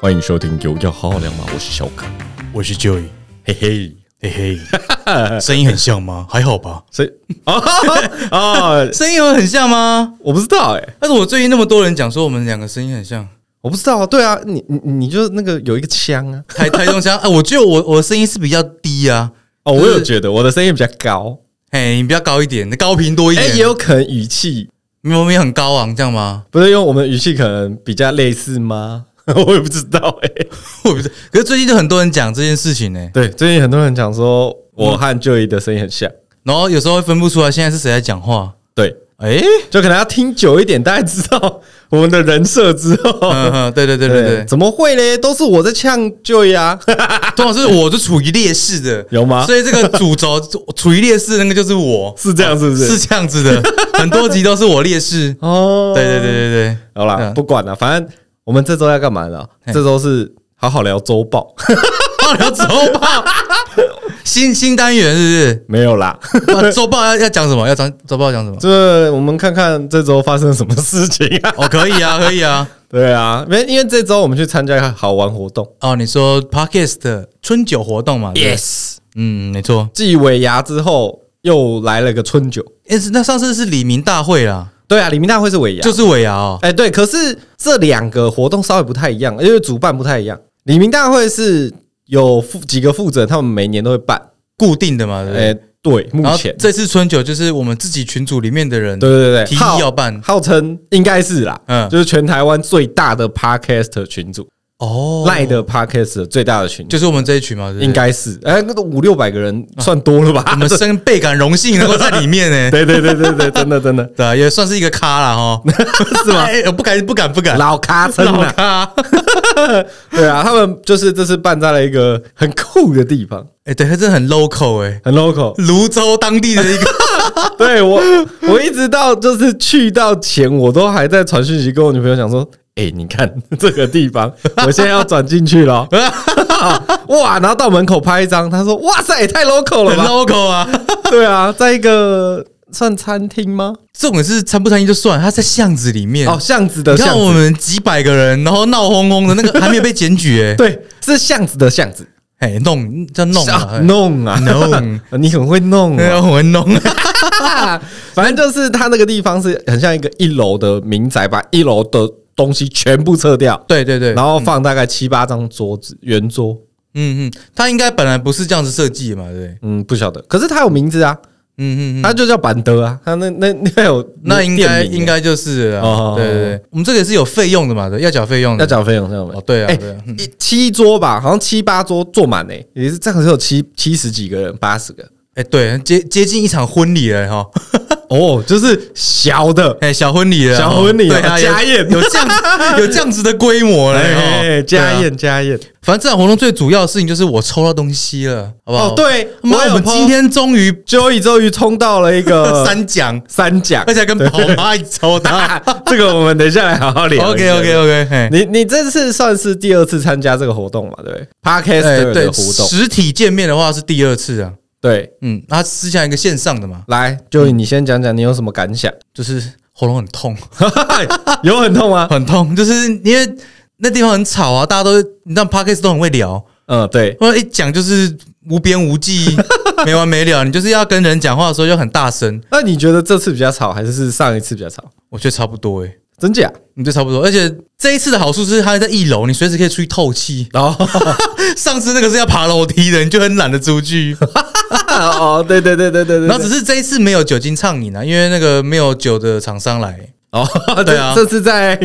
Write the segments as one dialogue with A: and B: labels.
A: 欢迎收听《有要好好聊吗》，我是小可，
B: 我是 Joy，
A: 嘿嘿，
B: 嘿嘿， 声音很像吗？还好吧，
A: 所以 啊啊，
B: 声音有很像吗？
A: 我不知道哎、
B: 但是我最近那么多人讲说我们两个声音很 像，
A: 我不知道啊，对啊，你你你就那个有一个腔啊，
B: 台台中腔，哎、我觉得我我的声音是比较低啊，
A: 哦，我
B: 就是
A: 有觉得我的声音比较高，
B: 哎，你比较高一点，高频多一
A: 哎、
B: 点，
A: 也有可能语气
B: 你们也很高昂，这样吗？
A: 不是因为我们的语气可能比较类似吗？ 我也不知道哎、
B: 我不是，可是最近就很多人讲这件事情呢、
A: 对，最近很多人讲说我和 Joey 的声音很像，
B: 然后有时候会分不出来现在是谁在讲话，
A: 对，
B: 哎、
A: 就可能要听久一点，大家知道 我们的人设之后。
B: 嗯哼，对对对对对，
A: 怎么会嘞？都是我在呛 Joey 啊！
B: 通常是我就处于劣势的，
A: 有吗
B: 所以这个主轴处于劣势的那个就是我，
A: 是这样是不是？
B: 是这样子 的，很多集都是我劣势。
A: 哦，
B: 对对对对
A: 好啦，
B: 嗯
A: 不管了，反正我们这周要干嘛呢？
B: 嘿
A: 这周是好好聊周报，
B: 对，要聊周报， 新新单元是
A: 没有啦，
B: 不是？啊周报要要讲什么？要讲周报讲什么？
A: 这我们看看这周发生什么事情啊？
B: 哦，可以啊， 可以啊。
A: 对啊，因为因为这周我们去参加好玩活动
B: 哦，你说 Podcast 的春酒活动嘛对不对
A: ，yes，
B: 嗯，没错。
A: 继尾牙之后又来了个春酒，
B: 诶，是那上次是李明大会啦，
A: 对啊，李明大会是尾牙，
B: 就是尾牙哦。
A: 哎、对，可是这两个活动稍微不太一样，因为主办不太一样。李明大会是有负几个负责人，他们每年都会办。
B: 固定的嘛，对不对？
A: 哎、对，目
B: 嗯然后
A: 前，
B: 这次春酒就是我们自己群组里面的人
A: 对对对
B: 提
A: 对，
B: 议
A: 号
B: E 要办
A: 号称应该是啦，
B: 嗯
A: 就是全台湾最大的 Podcast 群组，
B: 哦，
A: 赖、的 Podcast 最大的群组，
B: 就是我们这一群嘛，对不对哦
A: 应该是，哎、那个五六百个人算多了吧？
B: 我们深倍感荣幸能够在里面 呢。
A: 对对对对对，真的真 的
B: 对啊，也算是一个咖 啦哈，是吗？ 哎不敢，不敢，不敢，
A: 老咖称
B: 老
A: 啊，
B: 咖。
A: 对啊，他们就是这次办在了一个很酷的地方，
B: 哎，对，他真的很 local 哎，
A: 很 local。
B: 泸州当地的 一个，
A: 对我，我一直到就是去到前，我都还在传讯息跟我女朋友讲说：“哎、你看这个地方，我现在要转进去了。” 哇！然后到门口拍一张，她说：“哇塞，也太 local 了
B: 很
A: 吧
B: local 啊。？”
A: 对啊，在一个算餐厅吗？
B: 这种是参不参与就算，他在巷子里面。
A: 哦，巷子的
B: 哎你看
A: 巷
B: 我
A: 子，
B: 们几百个人，然后闹哄哄的，那 个还没有被检举哎，
A: 对，是巷子的巷子，
B: 哎，弄叫弄啊，
A: 啊
B: 哎
A: 弄啊
B: 弄，
A: 你很会弄
B: 哎
A: 啊！
B: 我们弄。
A: 反正就是它那个地方是很像一个一楼的民宅，把一楼的东西全部撤掉。
B: 对对对，
A: 然后放大概七八张桌子，圆桌，
B: 嗯嗯，他应该本来不是这样子设计的嘛，对不对？
A: 嗯，不晓得。可是它有名字啊，
B: 嗯嗯嗯。
A: 它就叫板德啊，它那那那有
B: 那应该
A: 店名啊
B: 应该就是了
A: 哦
B: 啦，对对对，我们这个也是有费用的嘛，对，要缴费用
A: 要
B: 的。
A: 缴费用，这样
B: 哦
A: 吗？，
B: 对啊，
A: 哎
B: 对啊，嗯
A: 一七桌吧，好像七八桌坐满诶，也是这样，只有七七十几个人，八十个。
B: 哎，对，接接近一场婚礼了哈，
A: 哦，就是小的，
B: 哎，小婚礼了，
A: 小婚礼啊
B: 对啊，
A: 家
B: 有
A: 宴
B: 有这样子有这样子的规模了
A: 哎，家
B: 哈，哦对啊。
A: 宴家宴。
B: 反正这场活动最主要的事情就是我抽到东西了，好不好？
A: 哦，，对，
B: 妈，我
A: 有呃
B: 们
A: po
B: 今天终于呃
A: ，Joey 终于冲到了一个
B: 三奖，
A: 三奖
B: 而，且还跟宝妈一起抽到。
A: 这个我们等一下来好好聊。
B: OK OK。OK，哎，
A: 你你这次算是第二次参加这个活动嘛？对不对
B: 哎
A: ？Podcast 的
B: 对，
A: 活动，
B: 实体见面的话是第二次啊，
A: 对，
B: 嗯，他私下一个线上的嘛，
A: 来，就
B: 嗯
A: 你先讲讲你有什么感想？
B: 就是喉咙很痛。 啊
A: 有很痛吗？
B: 很痛，就是因为那地方很吵啊，大家都你知道 p o d c a s t 都很会聊，
A: 嗯，对，
B: 或者一讲就是无边无际，没完没了。你就是要跟人讲话的时候就很大声，
A: 那你觉得这次比较吵，还是是上一次比较吵？
B: 我觉得差不多欸诶、
A: 真假？
B: 你觉得差不多，而且这一次的好处是它在一楼，你随时可以出去透气。
A: 然后
B: 上次那个是要爬楼梯的，你就很懒得 出去。
A: 哦，对对对对对对，
B: 然后只是这一次没有酒精畅饮啊，因为那个没有酒的厂商来。
A: 哦，
B: 对啊
A: 这这是在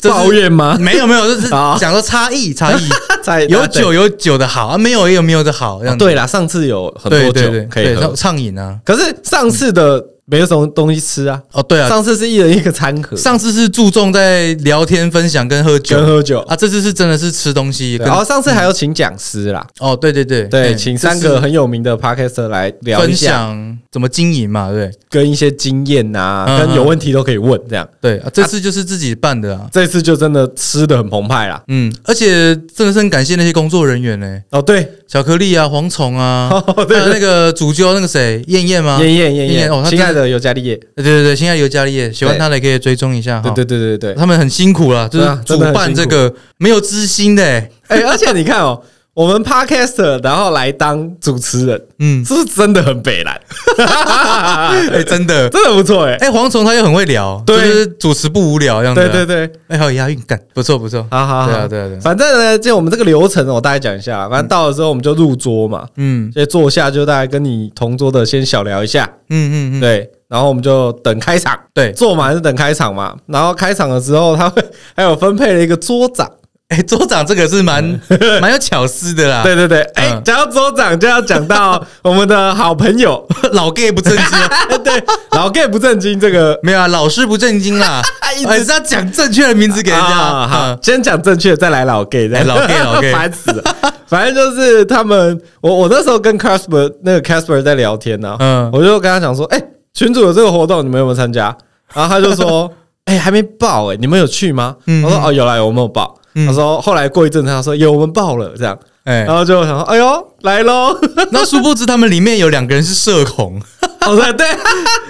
B: 这是
A: 抱怨 吗？
B: 没有没有， 就是
A: 好
B: 讲说差异差异，
A: 在
B: 有
A: 啊 对
B: 酒有酒的好，啊没有也有没有的好，这样
A: 哦
B: 子
A: 对啦，上次有很
B: 对
A: 多
B: 对
A: 酒
B: 对，
A: 可以
B: 对
A: 喝
B: 畅，畅饮啊。
A: 可是上次的没有什么东西吃啊。
B: 哦，对啊，
A: 上次是一人一个餐盒，
B: 上次是注重在聊天、分享跟喝
A: 跟
B: 酒
A: 喝酒。
B: 啊，这次是真的是吃东西跟
A: 然后上次还有请讲师啦，
B: 哦，对对对
A: 对，请三
B: 就
A: 个
B: 是
A: 很有名的 podcaster 来聊一
B: 分
A: 下
B: 享怎怎么经营嘛，对不
A: 跟一些经验呐、
B: 嗯
A: 跟有问题都可以问这样。
B: 对？对、啊，这次就是自己办的啊。
A: 这次就真的吃的很澎湃啦。
B: 嗯，而且真的是很感谢那些工作人员呢、
A: 哦，对，
B: 巧克力啊，蝗虫啊，
A: 哦
B: 还
A: 对
B: 有那个主揪那个谁，燕燕吗？
A: 燕燕燕
B: 燕燕哦
A: 燕，
B: 他
A: 亲爱的尤加利叶，
B: 对对对，亲爱的尤加利叶，喜欢他的也可以追踪一下哈。
A: 对对对对对。
B: 他们很辛苦啦，就
A: 对啊
B: 是主办这个没有知心的、欸，
A: 哎，而且你看哦，我们 podcaster 然后来当主持人，
B: 嗯，
A: 是不是真的很北蓝？
B: 哎、真的，
A: 真的不错哎。
B: 哎、蝗虫他又很会聊，
A: 对
B: 就是主持不无聊这样子、
A: 对对，对，
B: 哎、还有押韵感，不错不错，
A: 好好
B: 对啊
A: 好，
B: 对啊对啊，
A: 反正呢，就我们这个流程，哦我大概讲一下。反正到了之后，我们就入桌嘛，
B: 嗯
A: 所以坐下就大概跟你同桌的先小聊一下，
B: 嗯嗯嗯，
A: 对，然后我们就等开场，
B: 对，
A: 坐满是等开场嘛。然后开场的时候，他会还有分配了一个桌长，
B: 哎、桌长这个 是蛮蛮有巧思的啦，
A: 对对对，哎，
B: 嗯
A: 讲到桌长就要讲到我们的好朋友，
B: 老 gay 不正经，啊
A: 对，老 gay 不正经这个，
B: 没有啊，老师不正经啦，
A: 一直
B: 还哎是要讲正确的名字给人家，
A: 啊好
B: 嗯，
A: 先讲正确，再来老 gay，再
B: 哎老 gay，老 gay
A: 烦死了。反正就是他们，我我那时候跟 Casper 那个 Casper 在聊天啊呢、
B: 嗯
A: 我就跟他讲说，哎、群主有这个活动，你们有没有参加？然后他就说，哎、还没报哎、你们有去吗？
B: 嗯
A: 我说哦，有啦，有我们有报。
B: 嗯
A: 他说后来过一阵子，他说有我们报了这样，
B: 哎、
A: 然后就想说，哎呦来 喽，
B: 那殊不知他们里面有两个人是社恐，
A: 好的对，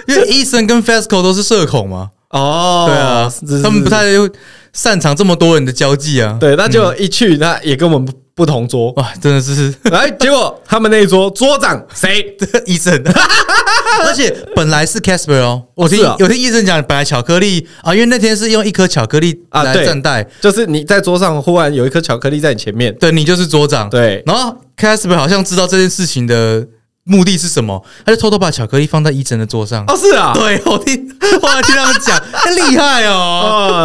B: 因为医生跟 Fasco 都是社恐嘛，
A: 哦
B: 对啊，他们不太擅长这么多人的交际啊。
A: 对，那就一去，那也跟我们不不同 桌，
B: 哇，真的是
A: 然后结果他们那一桌桌长谁？
B: 医生， 而且本来是 Casper 哦，我听
A: 是啊
B: 有听医生讲，本来巧克力啊，因为那天是用一颗巧克力
A: 啊
B: 来
A: 对
B: 站待，
A: 就是你在桌上忽然有一颗巧克力在你前面，
B: 对你就是桌长，
A: 对，
B: 然后 Casper 好像知道这件事情的目的是什么，他就偷偷把巧克力放在医生的桌上。
A: 哦是啊，
B: 对，我听，后来听他们讲，厉害哦，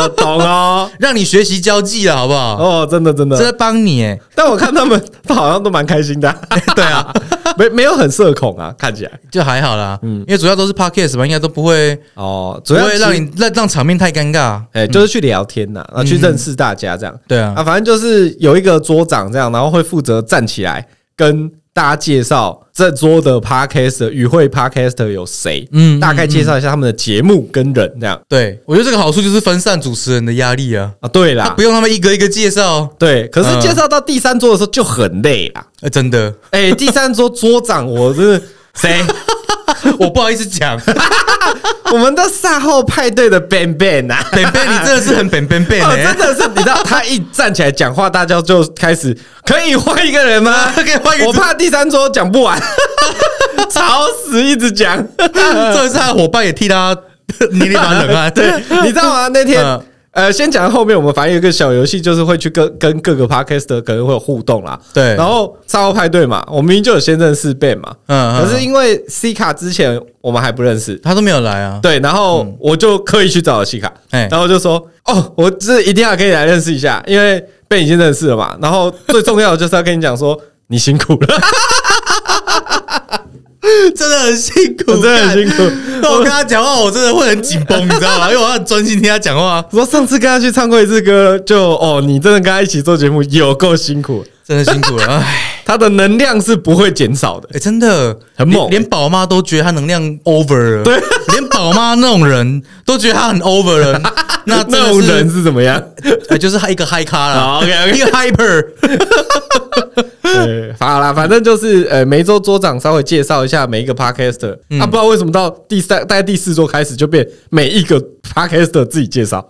A: 哦懂哦，
B: 让你学习交际了，好不好？
A: 哦真的真
B: 这
A: 的，
B: 在帮你哎，
A: 但我看他们好像都蛮开心的 啊，
B: 对啊，
A: 没没有很社恐啊，看起来
B: 就还好啦，
A: 嗯
B: 因为主要都是 podcast 嘛，应该都不会
A: 哦，主
B: 不
A: 要
B: 会让你让让场面太尴尬。
A: 哎就是去聊天呐，啊去认识大家这样
B: 对啊，
A: 啊，反正就是有一个桌长这样，然后会负责站起来跟大家介绍这桌的 podcaster 与会 podcaster 有谁，
B: 嗯，
A: 大概介绍一下他们的节目跟人这样
B: 对啊我觉得这个好处就是分散主持人的压力啊，
A: 啊。对
B: 他
A: 啦
B: 不，用他们一个一个介绍，哦
A: 对，可是介绍到第三桌的时候就很累啊啦。
B: 呃，真的，
A: 哎，第三桌桌长，我是 谁？
B: 我不好意思 讲，
A: 我们的赛后派对的 Ben Ben 啊。
B: 本贝你真的是很本本贝
A: 哦，真
B: 呢，
A: 的是，你知道他一站起来讲话，大家就开始可以换一个人吗？
B: 啊可以换一个
A: 我怕第三桌讲不完， 吵死，一直讲。
B: 这一次他的伙伴也替他捏了一把 冷汗，嗯对，
A: 你知道吗？那天、
B: 嗯
A: 呃，先讲后面，我们反正有一个小游戏，就是会去跟跟各个 podcaster 可能会有互动啦。
B: 对
A: 然后赛后派对嘛，我明明就有先认识 Ben 嘛，
B: 嗯
A: 可是因为 C 卡之前我们还不认识。
B: 他都没有来啊，
A: 对，然后我就刻意去找了西卡，
B: 哎
A: 然后就说：“哦，我这一定要跟你来认识一下，因为被你已经认识了嘛。然后最重要的就是要跟你讲说，你辛苦了，
B: 真的很辛苦，
A: 我真的很辛苦。
B: 干。那我跟他讲话，我真的会很紧 绷，你知道吗？因为我要很专心听他讲话，
A: 我说上次跟他去唱过一次歌，就哦，你真的跟他一起做节目有够辛苦，
B: 真的辛苦了，唉。
A: 他的能量是不会减少的。
B: 哎、真的
A: 很猛
B: 连连宝妈都觉得她能量 over 了。对，连宝妈那种人都觉得她很 over 了。那真
A: 那
B: 的
A: 种
B: 是
A: 人，是怎么样？
B: 哎就是一个 high 咖啦
A: 好，OK，OK
B: 一个 hyper。
A: 对， 好啦，反正就是呃，每一周桌长稍微介绍一下每一个 podcaster，、啊，不知道为什么到第三、大概第四周开始就变每一个 podcaster 自己介绍，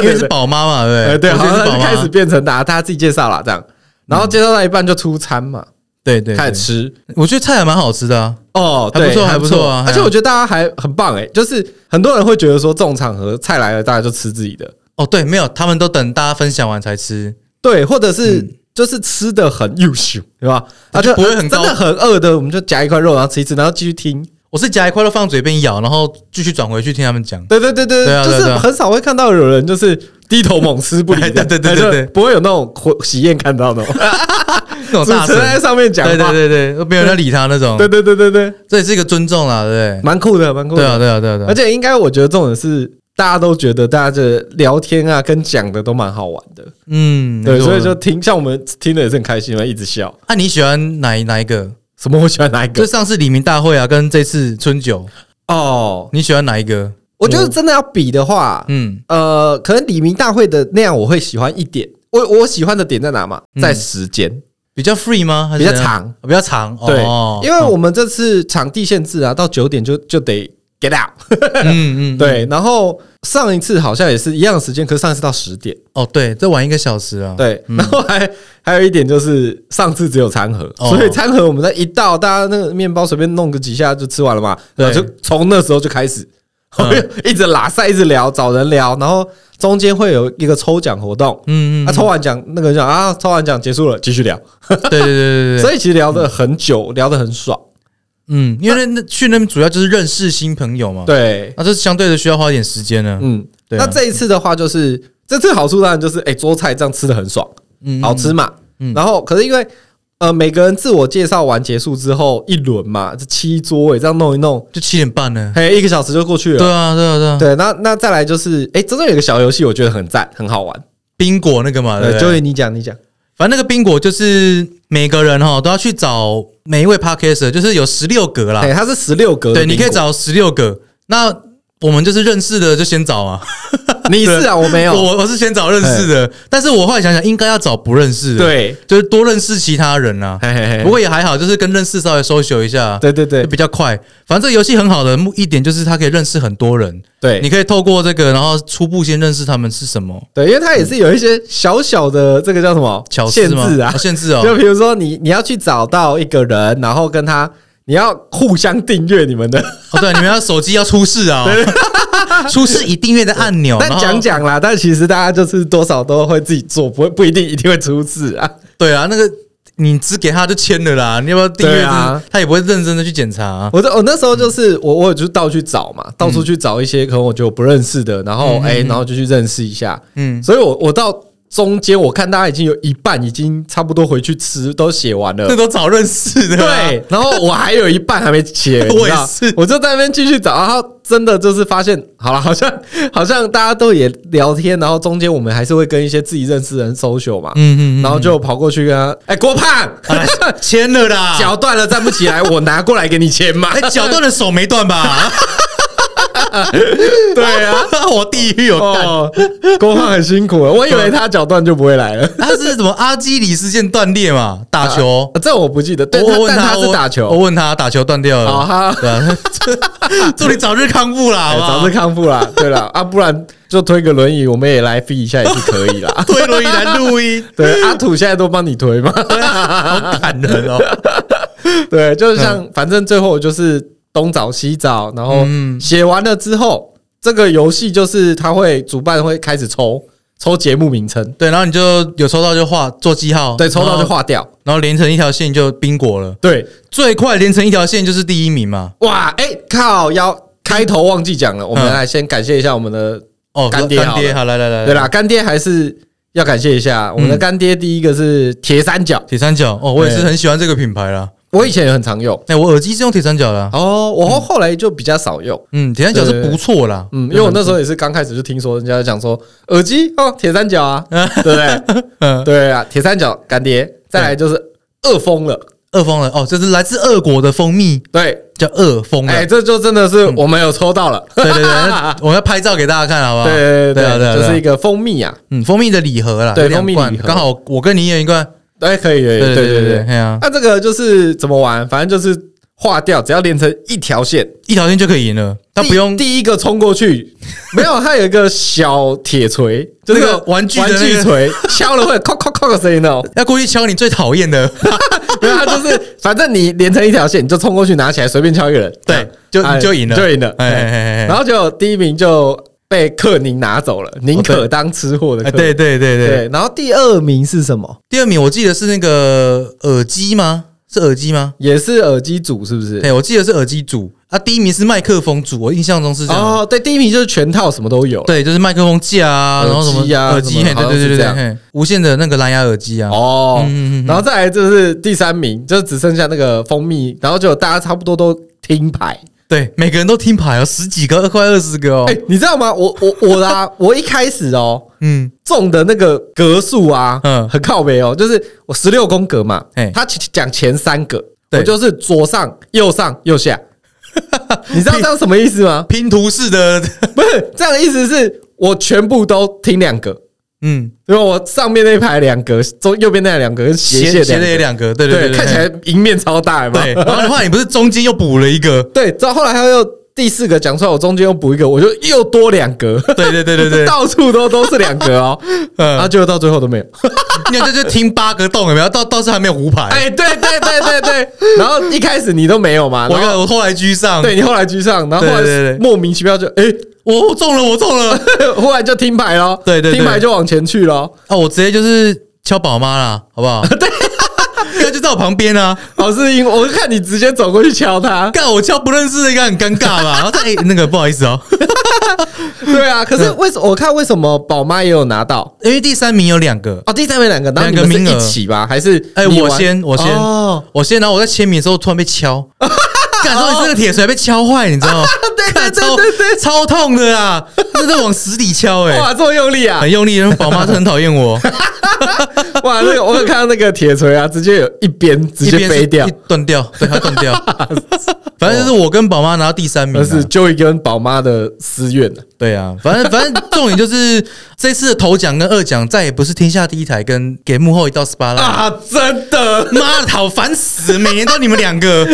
B: 因为是宝妈嘛，对
A: 呃
B: 哎不
A: 对，
B: 对？我
A: 好
B: 觉得
A: 像
B: 是宝
A: 就
B: 妈
A: 开始变成大家大家自己介绍啦，这样，然后介绍到一半就出餐嘛，
B: 对嗯对
A: 开
B: 对
A: 始吃。
B: 我觉得菜还蛮好吃的啊。
A: 哦，
B: 还不
A: 对
B: 错还不错啊
A: 而且
B: 嘿啊
A: 我觉得大家还很棒诶、就是很多人会觉得说这种场合菜来了，大家就吃自己的，
B: 哦，对，没有，他们都等大家分享完才吃。
A: 对，或者是就是吃的很优秀，对吧？啊，就
B: 嗯不会很
A: 真
B: 高
A: 的很饿的，我们就夹一块肉，然后吃一吃，然后继续听。
B: 我是夹一块肉放嘴边咬，然后继续转回去听他们讲。
A: 对对对对，
B: 对啊
A: 就
B: 对啊
A: 是
B: 对啊
A: 很少会看到有人就是低头猛吃不理的， 哎
B: 对对对对对
A: 就不会有那种喜宴看到的哦，
B: 那 种
A: 主
B: 大
A: 持
B: 声
A: 人，在上面讲
B: 对对
A: 话，
B: 对对，都没有人在理他那种。
A: 对对对对对，
B: 这也是一个尊重啦，对不
A: 蛮酷的，蛮酷
B: 对？对啊，
A: 的。
B: 对啊，对啊，对
A: 而
B: 啊。
A: 且应该我觉得这种是大家都觉得大家的聊天啊跟讲的都蛮好玩的，
B: 嗯，
A: 对，
B: 没错
A: 所以就听像我们听的也是很开心嘛，一直笑。
B: 啊，你喜欢哪一哪一个？
A: 什么？我喜欢哪一
B: 就
A: 个？
B: 上次黎明大会啊，跟这次春酒，
A: 哦，
B: 你喜欢哪一个？
A: 我觉得真的要比的话，
B: 嗯，
A: 呃，可能李明大会的那样我会喜欢一点。我我喜欢的点在哪嘛？
B: 嗯
A: 在时间，
B: 比较 free 吗？还
A: 比
B: 是
A: 较
B: 怎样
A: 长，
B: 比较长。
A: 对
B: 哦，
A: 因为我们这次场地限制啊，到九点就就得 get out。
B: 嗯嗯，嗯，
A: 对，然后上一次好像也是一样的时间，可是上一次到十点。
B: 哦对，再玩一个小时啊。，
A: 对，然后还还有一点就是上次只有餐盒，
B: 哦
A: 所以餐盒我们在一到，大家那个面包随便弄个几下就吃完了嘛，
B: 对
A: 然后就从那时候就开始，
B: 嗯
A: 一直拉塞，一直聊，找人聊，然后中间会有一个抽奖活动。
B: 嗯嗯，
A: 啊，抽完奖那个人讲啊，抽完奖结束了，继续聊，
B: 对对对对 对嗯对，
A: 所以其实聊得很久，聊得很爽。
B: 嗯，因为那那去那边主要就是认识新朋友嘛。，
A: 对，
B: 那就相对的需要花一点时间呢。
A: 嗯，
B: 对
A: 那
B: 啊，
A: 这一次的话，就是这次好处当然就是，哎、桌菜这样吃的很爽，
B: 嗯
A: 好吃嘛。
B: 嗯
A: 然后可是因为呃，每个人自我介绍完结束之后一轮嘛，这七桌哎，这样弄一弄，
B: 就七点半呢。
A: 嘿，一个小时就过去
B: 对
A: 了。
B: 啊，对啊，对啊，
A: 对，那那再来就是，哎、真的有一个小游戏，我觉得很赞，很好玩。
B: 冰果那个嘛，对不
A: 呃，
B: 啊对，
A: 就你讲，你讲，
B: 反正那个冰果就是每个人哈都要去找每一位 podcaster，就是有十六格啦
A: 哎、。它是十六格，
B: 啊对，你可以，找十六个。那我们就是认识的就先找啊，
A: 你是啊，我没有，
B: 我我是先找认识的，但是我后来想想，应该要找不认识的，，
A: 对，
B: 就是多认识其他人啊。
A: 嘿嘿嘿，
B: 不过也还好，就是跟认识稍微 social 一下，
A: 对对
B: 就
A: 对
B: 比较快。反正这个游戏很好的目一点就是它可以认识很多人，
A: 对，
B: 你可以透过这个，然后初步先认识他们是什么
A: 对，因为它也是有一些小小的这个叫什么
B: 巧
A: 限
B: 思吗？
A: 制啊
B: 哦，限制哦，
A: 就比如说你你要去找到一个人，然后跟他你要互相订阅你们的，
B: 哦，对，你 们要手机要出示啊、 出示已订阅的按钮。
A: 但
B: 然后
A: 讲讲啦，但其实大家就是多少都会自己做，不会不一定一定会出事 啊。
B: 对啊，那个你只给他就签了啦，你要不要订阅
A: 对啊？
B: 他也不会认真的去检查啊、
A: 我这我那时候就是我我有就到处找嘛，到处去找一些可能我觉得我不认识的，然后
B: 嗯嗯嗯
A: 哎、
B: 嗯
A: 然后就去认识一下。
B: 嗯，
A: 所以我我到中间我看大家已经有一半已经差不多回去吃都写完了
B: 那。都早认识的、啊。
A: 对，然后我还有一半还没 写，你知道
B: 我也是
A: 我就在那边继续找，然后真的就是发现，好了，好像 好像大家都也聊天，然后中间我们还是会跟一些自己认识的人 social 嘛，
B: 嗯嗯嗯，
A: 然后就跑过去跟他，哎、郭胖，
B: 签 了啦。
A: 脚断了站不起来，我拿过来给你签 嘛，
B: 哎，脚断了手没断
A: 啊
B: 吧？
A: 对啊，
B: 我地狱有干。
A: 哦，郭胖很辛苦了，我以为他脚断就不会来了，
B: 他是什么阿基里斯腱断裂嘛？打球，
A: 啊这我不记得，对，
B: 哦我问
A: 但他
B: 我
A: 是打
B: 我
A: 球，哦
B: 问他打球断掉
A: 好
B: 了。
A: 哈。
B: 对啊， 祝你早日康复啦，
A: 哎
B: 好不好
A: 早日康复啦！对啦，啊，不然就推个轮椅，我们也来 f 一下也是可以啦。
B: 推轮椅来录音，
A: 对，阿土现在都帮你推 嘛。
B: 好
A: 啊
B: 感人哦。
A: 对，就是像反正最后就是东找西找，然后
B: 嗯
A: 写完了之后，这个游戏就是他会主办会开始抽抽节目名称，
B: 对，然后你就有抽到就画做记号，
A: 对，抽到
B: 然
A: 就
B: 后，
A: 划掉。
B: 然后连成一条线就冰果了。
A: 对，
B: 最快连成一条线就是第一名嘛。
A: 哇，哎、靠腰。开头忘记讲了，我们
B: 嗯
A: 来先感谢一下我们的，
B: 哦，
A: 干爹好了
B: 干爹，好来来来，
A: 对啦，干爹还是要感谢一下我们
B: 嗯
A: 的干爹。第一个是铁三角，
B: 铁三角哦，我也是
A: 对
B: 很喜欢这个品牌啦。
A: 我以前也很常用，
B: 哎，我耳机是用铁三角啦。
A: 哦，我后后来就比较少用，
B: 嗯，铁三角
A: 对
B: 是
A: 对对
B: 不错啦。
A: 嗯，因为我那时候也是刚开始就听说人家讲说耳机哦，铁三角 啊，对不对？
B: 嗯，
A: 对啊，铁三角干爹，再来就是二峰了，
B: 二蜂了哦，这是来自俄国的蜂蜜，
A: 对，
B: 叫二蜂了
A: 哎，。这就真的是我们有抽到了，
B: 对对对，那我要拍照给大家看，好不好？
A: 对对
B: 嗯对啊对
A: 对，
B: 啊
A: 就是一
B: 对啊，
A: 个蜂蜜啊，
B: 嗯，蜂蜜的礼盒啦，
A: 对
B: 有两
A: 蜂蜜
B: 罐
A: 礼盒
B: 刚好我跟你也有一罐。
A: 哎，可以，可以
B: 对
A: 对
B: 对
A: 对
B: 对
A: 对。
B: 对啊，
A: 那这个就是怎么玩？反正就是划掉，只要连成一条线，
B: 一条线就可以赢了，他不用
A: 第第一个冲过 去，没有，它有一个小铁锤，就
B: 那
A: 是
B: 个玩具的
A: 玩
B: 那
A: 具
B: 个
A: 锤，敲了会敲敲敲的声音哦。
B: 要故意敲你最讨厌的，
A: 没有，他就是反正你连成一条线，你就冲过去拿起来，随便敲一个人，
B: 对
A: 这样
B: 就
A: 哎
B: 你就赢了
A: 就赢了。
B: 哎哎
A: 对
B: 哎哎
A: 然后就第一名就被克宁拿走了，宁可当吃货的
B: 哦哎，
A: 克。
B: 对对对对，
A: 对，然后第二名是什么？
B: 第二名我记得是那个耳机吗？是耳机吗？
A: 也是耳机组，是不是？
B: 对，我记得是耳机组啊。第一名是麦克风组，我印象中是这样。
A: 哦，对，第一名就是全套什么都有。
B: 对，就是麦克风架啊，然后什么
A: 耳机啊
B: 耳机，
A: 什么
B: 嘿对
A: 好像
B: 对
A: 是
B: 对
A: 这
B: 对，
A: 样
B: 嘿无线的那个蓝牙耳机啊。
A: 哦，
B: 嗯嗯嗯
A: 然后再来就是第三名，就只剩下那个蜂蜜，然后就大家差不多都听牌。
B: 对，每个人都听牌哦，十几个，快二十个哦。
A: 哎，你知道吗？我我我啦，我一开始哦，
B: 嗯，
A: 中的那个格数啊，
B: 嗯
A: 很靠北哦，就是我十六宫格嘛
B: 嘿，
A: 他讲前三个，
B: 对
A: 我就是左上、右上、右 下。你知道这样什么意思吗？
B: 拼图 式的，
A: 不是这样的意思是我全部都听两格，
B: 嗯，
A: 因为我上面那排两格，中右边那两格跟斜斜
B: 斜斜
A: 两
B: 的也
A: 格，
B: 两个，对
A: 对，
B: 对，
A: 看起来赢面超大，有没有
B: 对。然后后来你不是中间又补了一个，
A: 对，到后来他又第四个讲出来，我中间又补一个，我就又多两格，
B: 对对对对 对，
A: 到处都都是两格哦，然后
B: 嗯，
A: 结果到最后都没有。
B: 你看这就听八个洞有没有？到到时候还没有胡牌，
A: 哎，对对对对对，然后一开始你都没有嘛，
B: 我
A: 然后
B: 我后来居上，
A: 对你后来居上，然后后
B: 对对对
A: 来
B: 对
A: 莫名其妙就哎，
B: 哦我我中了，我中了，
A: 忽然就听牌咯，
B: 对对对
A: 听牌就往前去咯。
B: 啊，我直接就是敲宝妈啦，好 不好？对，他就在我旁边啊，
A: 老师因我看你直接走过去敲他，
B: 干我敲不认识的应该很尴尬吧？然 后说哎，那个不好意思哦，
A: 对啊，可是为什我看为什么宝妈也有拿到
B: 因为第三名有两个，
A: 哦？第三名两个，然后
B: 两
A: 你
B: 个
A: 们是
B: 名额
A: 一起吧？还是
B: 哎，
A: 你
B: 我
A: 玩
B: 先我先
A: 哦，
B: 我先，然后我在签名的时候突然被敲，感受你这个铁锤被敲坏，你知道吗？
A: 对对
B: 干
A: 对
B: 超
A: 对对，
B: 超痛的啊，真的往死里敲哎、
A: 哇，这么用力啊！
B: 很用力，然后宝妈是很讨厌我，
A: 哇，那个我有看到那个铁锤啊，直接有一边直
B: 一
A: 接
B: 边是
A: 飞掉
B: 一，断掉，对，它断 掉。反正就是我跟宝妈拿到第三名、
A: 那
B: 啊，
A: 是 Joey 跟宝妈的私怨啊
B: 对啊，反正反正重点就是这次的头奖跟二奖再也不是天下第一台跟给幕后一道 SPA 啦。
A: 啊！真的
B: 妈的，好烦死！每年都你们两个，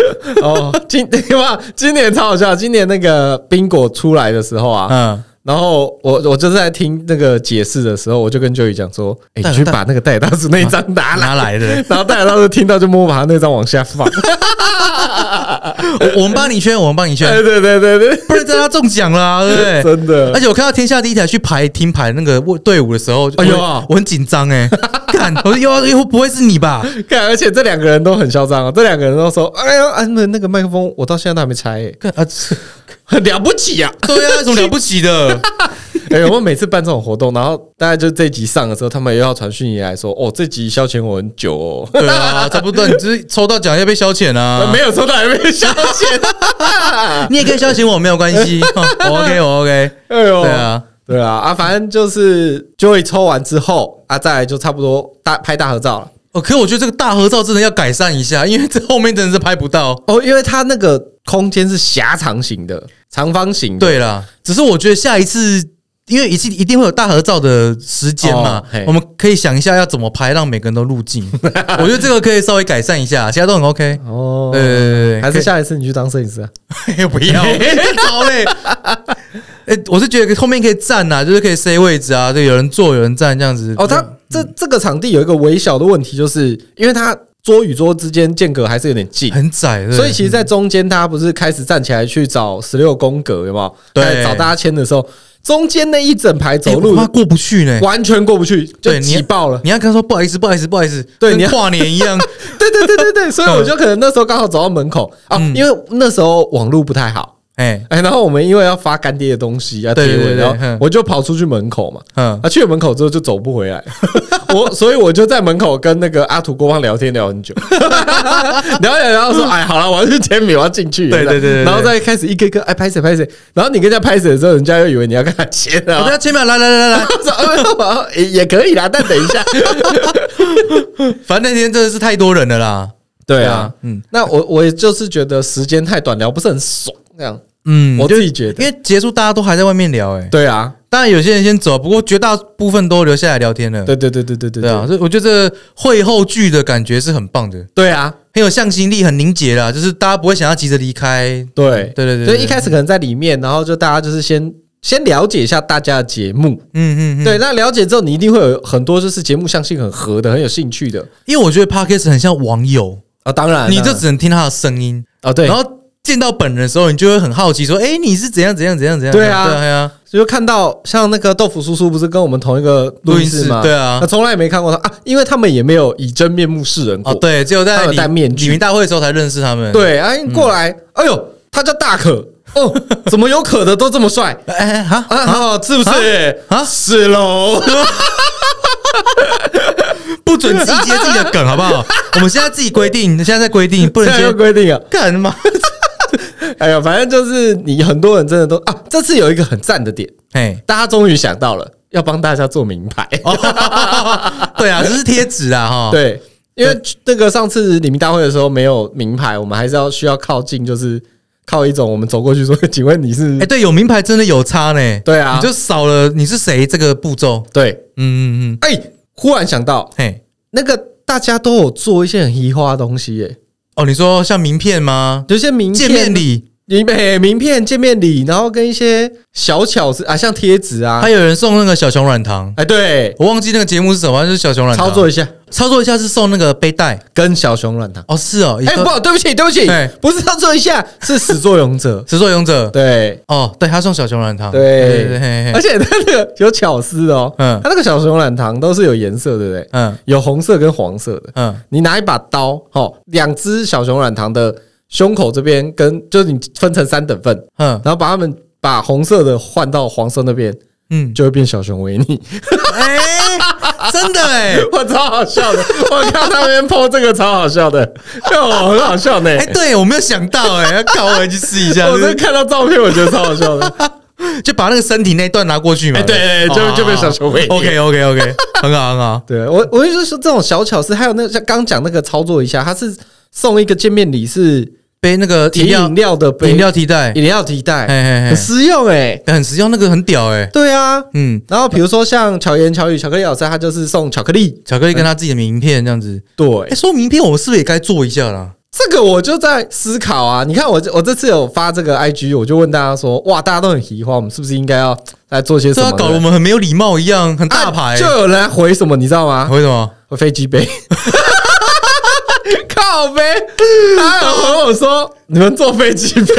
A: 哦，今对吧？今年超好笑，今年那个冰果出来的时候 啊。
B: 嗯，
A: 然后我我就是在听那个解释的时候，我就跟 Joey 讲说：“哎、啊
B: 戴
A: 你
B: 尔
A: 去
B: 戴
A: 把那个戴尔大叔那一张拿来。
B: 拿来的，
A: 然后戴尔大叔听到就默默把他那张往下放。
B: 我我们帮你圈，我们帮你圈，
A: 对哎对对对对，
B: 不然让他中奖啦、对不对？
A: 真的
B: 而且我看到天下第一台去排听排那个队伍的时候，
A: 哎呦
B: 我我很紧张 哎，看我说又又不会是你吧？
A: 看，而且这两个人都很嚣张哦，这两个人都说：“哎呀，安、啊、门那个麦克风我到现在都还没拆、欸，
B: 看啊，这
A: 很 了不起啊！”
B: 对啊，有什么了不起的？
A: 哎、我们每次办这种活动，然后大家就这一集上的时候，他们又要传讯息来说，哦，这集消遣我很久哦，
B: 对啊，差不多，你就是抽到奖要被消遣啊
A: 没。有收到，还没消遣。
B: 你也可以消遣我，没有关系， 我哦 OK，我 OK。
A: 哎呦，
B: 对，啊，
A: 对啊，啊，反正就是 Joy 抽完之后啊，再来就差不多大拍大合照了。
B: 哦，可我觉得这个大合照真的要改善一下，因为这后面真的是拍不到。
A: 哦，因为它那个空间是狭长型的，长方形的。
B: 对啦，只是我觉得下一次，因为一次一定会有大合照的时间嘛
A: 哦嘿，
B: 我们可以想一下要怎么拍，让每个人都入 镜。我觉得这个可以稍微改善一下，其他都很 OK。
A: 哦，
B: 对对对对，
A: 还
B: 可以
A: 是下一次你去当摄影师啊？
B: 哎不要， 好嘞。 哎，我是觉得后面可以站呐、就是可以 C 位置啊，就有人坐，有人站这样子。
A: 哦，它这
B: 嗯
A: 这个场地有一个微小的问题，就是因为它桌与桌之间间隔还是有点近。
B: 很窄，对不对哎
A: 所以其实，在中间，大家不是开始站起来去找十六宫格，有没有？
B: 对
A: 开始找大家签的时候，中间那一整排走
B: 欸我
A: 路
B: 怕过不去呢。
A: 完全过不去，就
B: 对你
A: 挤爆了。
B: 你要跟他说不好意思，不好意思，不好意思，
A: 对
B: 跟
A: 你要
B: 跨年一 样，
A: 对对对对对，所以我就可能那时候刚好走到门口啊，
B: 嗯
A: 因为那时候网络不太好。
B: 哎，
A: 哎，然后我们因为要发干爹的东西要贴
B: 对对
A: 文，
B: 对对
A: 然后
B: 嗯
A: 我就跑出去门口嘛，
B: 嗯，
A: 啊，去了门口之后就走不回来， 我所以我就在门口跟那个阿土郭胖聊天聊很久， 聊一聊然后说，哎，好了，我要去签名，我要进去，
B: 对对对对对
A: 然后再开始一个一个哎拍谁拍谁，然后你跟人家拍谁的时候，人家又以为你要跟他签
B: 我
A: 啊。
B: 在前面来来来 来来，
A: 我说哦也也可以啦，但等一下。
B: 啊反正那天真的是太多人了啦。
A: 对
B: 对
A: 啊
B: 啊，，嗯
A: 那我我也就是觉得时间太短，聊不是很爽，这样
B: 嗯，
A: 我
B: 就
A: 自己觉得。
B: 因为结束大家都还在外面聊，哎，
A: 对啊，
B: 当然有些人先走，不过绝大部分都留下来聊天了。
A: 对对对对对对
B: 对啊，所以我觉得这会后剧的感觉是很棒的，
A: 对啊，
B: 很有向心力，很凝结啦，就是大家不会想要急着离开。
A: 对
B: 对对对，
A: 所
B: 对
A: 以一开，始可能在里面，然后就大家就是先先了解一下大家的节目，
B: 嗯嗯嗯，
A: 对，那了解之后，你一定会有很多就是节目相性很合的、很有兴趣的
B: 因为我觉得 podcast 很像网友，
A: 啊。当然，
B: 你
A: 当
B: 就
A: 然
B: 只能听他的声音，
A: 啊，对，
B: 然
A: 然后
B: 后见到本人的时候，你就会很好奇，说：“哎、你是怎样怎样怎样怎样？”
A: 对啊
B: 对啊，对啊
A: 就看到像那个豆腐叔叔不是跟我们同一个录音室吗？
B: 对啊
A: 那，从来也没看过他啊，因为他们也没有以真面目示人过。
B: 哦，对，只有
A: 他
B: 在
A: 有
B: 李
A: 戴面具
B: 李明大会的时候才认识他们。，
A: 对，啊，过来，哎呦，他叫大 可哦，怎么有可的都这么帅？
B: 哎、哎哈，
A: 啊，好，是不是？
B: 啊
A: 是喽，
B: 不准自己接自己的梗，好不好？我们现在自己规定，现在在规定，不
A: 这
B: 能
A: 样有
B: 接。
A: 规定啊。
B: 干 嘛？
A: 哎呀，反正就是你很多人真的都啊，这次有一个很赞的点，
B: 哎，
A: 大家终于想到了要帮大家做名牌。
B: 哦，对啊，这是贴纸啊，哈。
A: 对，因为那个上次李明大会的时候没有名牌，我们还是要需要靠近，就是靠一种我们走过去说：“请问你是
B: 哎、？”对，有名牌真的有差呢。
A: 对啊，
B: 你就少了你是谁这个步骤。
A: 对。
B: 嗯嗯嗯，
A: 哎、忽然想到，
B: 嘿，
A: 那个大家都有做一些很移花的东西、耶，
B: 哦，你说像名片吗？
A: 有一些名片
B: 见面、礼，
A: 名片、名片、见面礼，然后跟一些小巧思啊，像贴纸啊，
B: 还有人送那个小熊软糖，
A: 哎，对，
B: 我忘记那个节目是什么，就是小熊软糖。
A: 操作一下，
B: 操作一下是送那个背带。
A: 跟小熊软糖。
B: 哦，是哦，
A: 哎、
B: 不，
A: 不，对不起，对不起
B: 哎，。
A: 不是操作一下，是始作俑者
B: 始作俑者。
A: 对，
B: 哦，对他送小熊软糖，
A: 对
B: 对对对，
A: 而
B: 嘿
A: 且它那个有巧思哦，
B: 嗯
A: 它那个小熊软糖都是有颜色，对不对？
B: 嗯
A: 有红色跟黄色的。
B: 嗯，
A: 你拿一把刀，哦，两只小熊软糖的胸口这边跟，就是你分成三等份，
B: 嗯
A: 然后把它们把红色的换到黄色那边，
B: 嗯，
A: 就会变小熊维尼。
B: 哎，真的哎，
A: 我超好笑的，我看他们 PO 这个超好笑的，看我很好笑呢、
B: 哎，对我没有想到哎，要搞我回去试一下，
A: 我
B: 就
A: 真
B: 是
A: 的看到照片，我觉得超好笑的。
B: 就把那个身体那一段拿过去嘛，
A: 哎对对对就就被小熊喂
B: 哦 OK OK OK，很好很好，
A: 对我，我就是说这种小巧思，还有那像刚讲那个操作一下，他是送一个见面礼是
B: 被 那个
A: 提
B: 饮料
A: 饮料的杯
B: 饮料替代，
A: 饮料提袋，
B: 哎哎
A: 很实用哎、
B: 哎，很实用，那个很屌哎，
A: 对啊，
B: 嗯，
A: 然后比如说像巧言巧语巧克力老师，他就是送巧克力。
B: 巧克力跟他自己的名片这样子，
A: 对
B: 哎，，说名片我们是不是也该做一下啦？
A: 这个我就在思考啊。你看我这我这次有发这个 IG，我就问大家说，哇，大家都很喜欢，我们是不是应该要来做些什
B: 这
A: 么
B: 要
A: 呢？
B: 搞得我们很没有礼貌一样，很大牌
A: 啊，就，有人来回什么，你知道吗？
B: 为什么？
A: 我飞机杯。 靠呗，他有回我说：“你们坐飞机杯，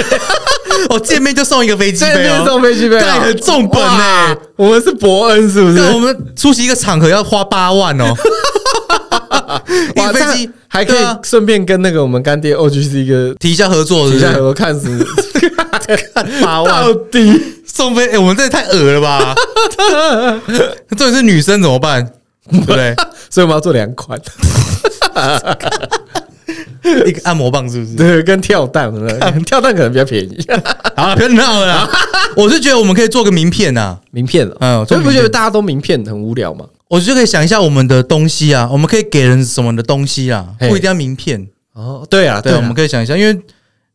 B: 哦，见面就送一个飞机
A: 这
B: 杯
A: 边
B: 哦。
A: 坐飞机杯啊，
B: 干很重本 欸
A: 哇我们是伯恩是不是？
B: 那我们出席一个场合要花八万 哦，一
A: 哇，这
B: 个飞
A: 样
B: 机
A: 还可
B: 对
A: 以
B: 啊
A: 顺便跟那个我们干爹 OGC 一个
B: 提一下合作，
A: 底
B: 是不
A: 下
B: 是？
A: 我看是
B: 八
A: 到 底
B: 送飞，哎，我们这也太恶 了吧！重点是女生怎么办？对不 对？
A: 所以我们要做两款，
B: 一个按摩棒是不 是？
A: 对，跟跳蛋有没有跳蛋可能比较便宜，
B: 好了，不要闹了啦。我是觉得我们可以做个名片呐，
A: 名片了。
B: 嗯
A: 所
B: 做
A: 以
B: 名片
A: 不觉得大家都名片很无聊吗？
B: 我就可以想一下我们的东西啊，我们可以给人什么的东西啊，
A: 嘿
B: 不一定要名片。
A: 哦，对啊，
B: 对，
A: 啊
B: 我们可以想一下，因为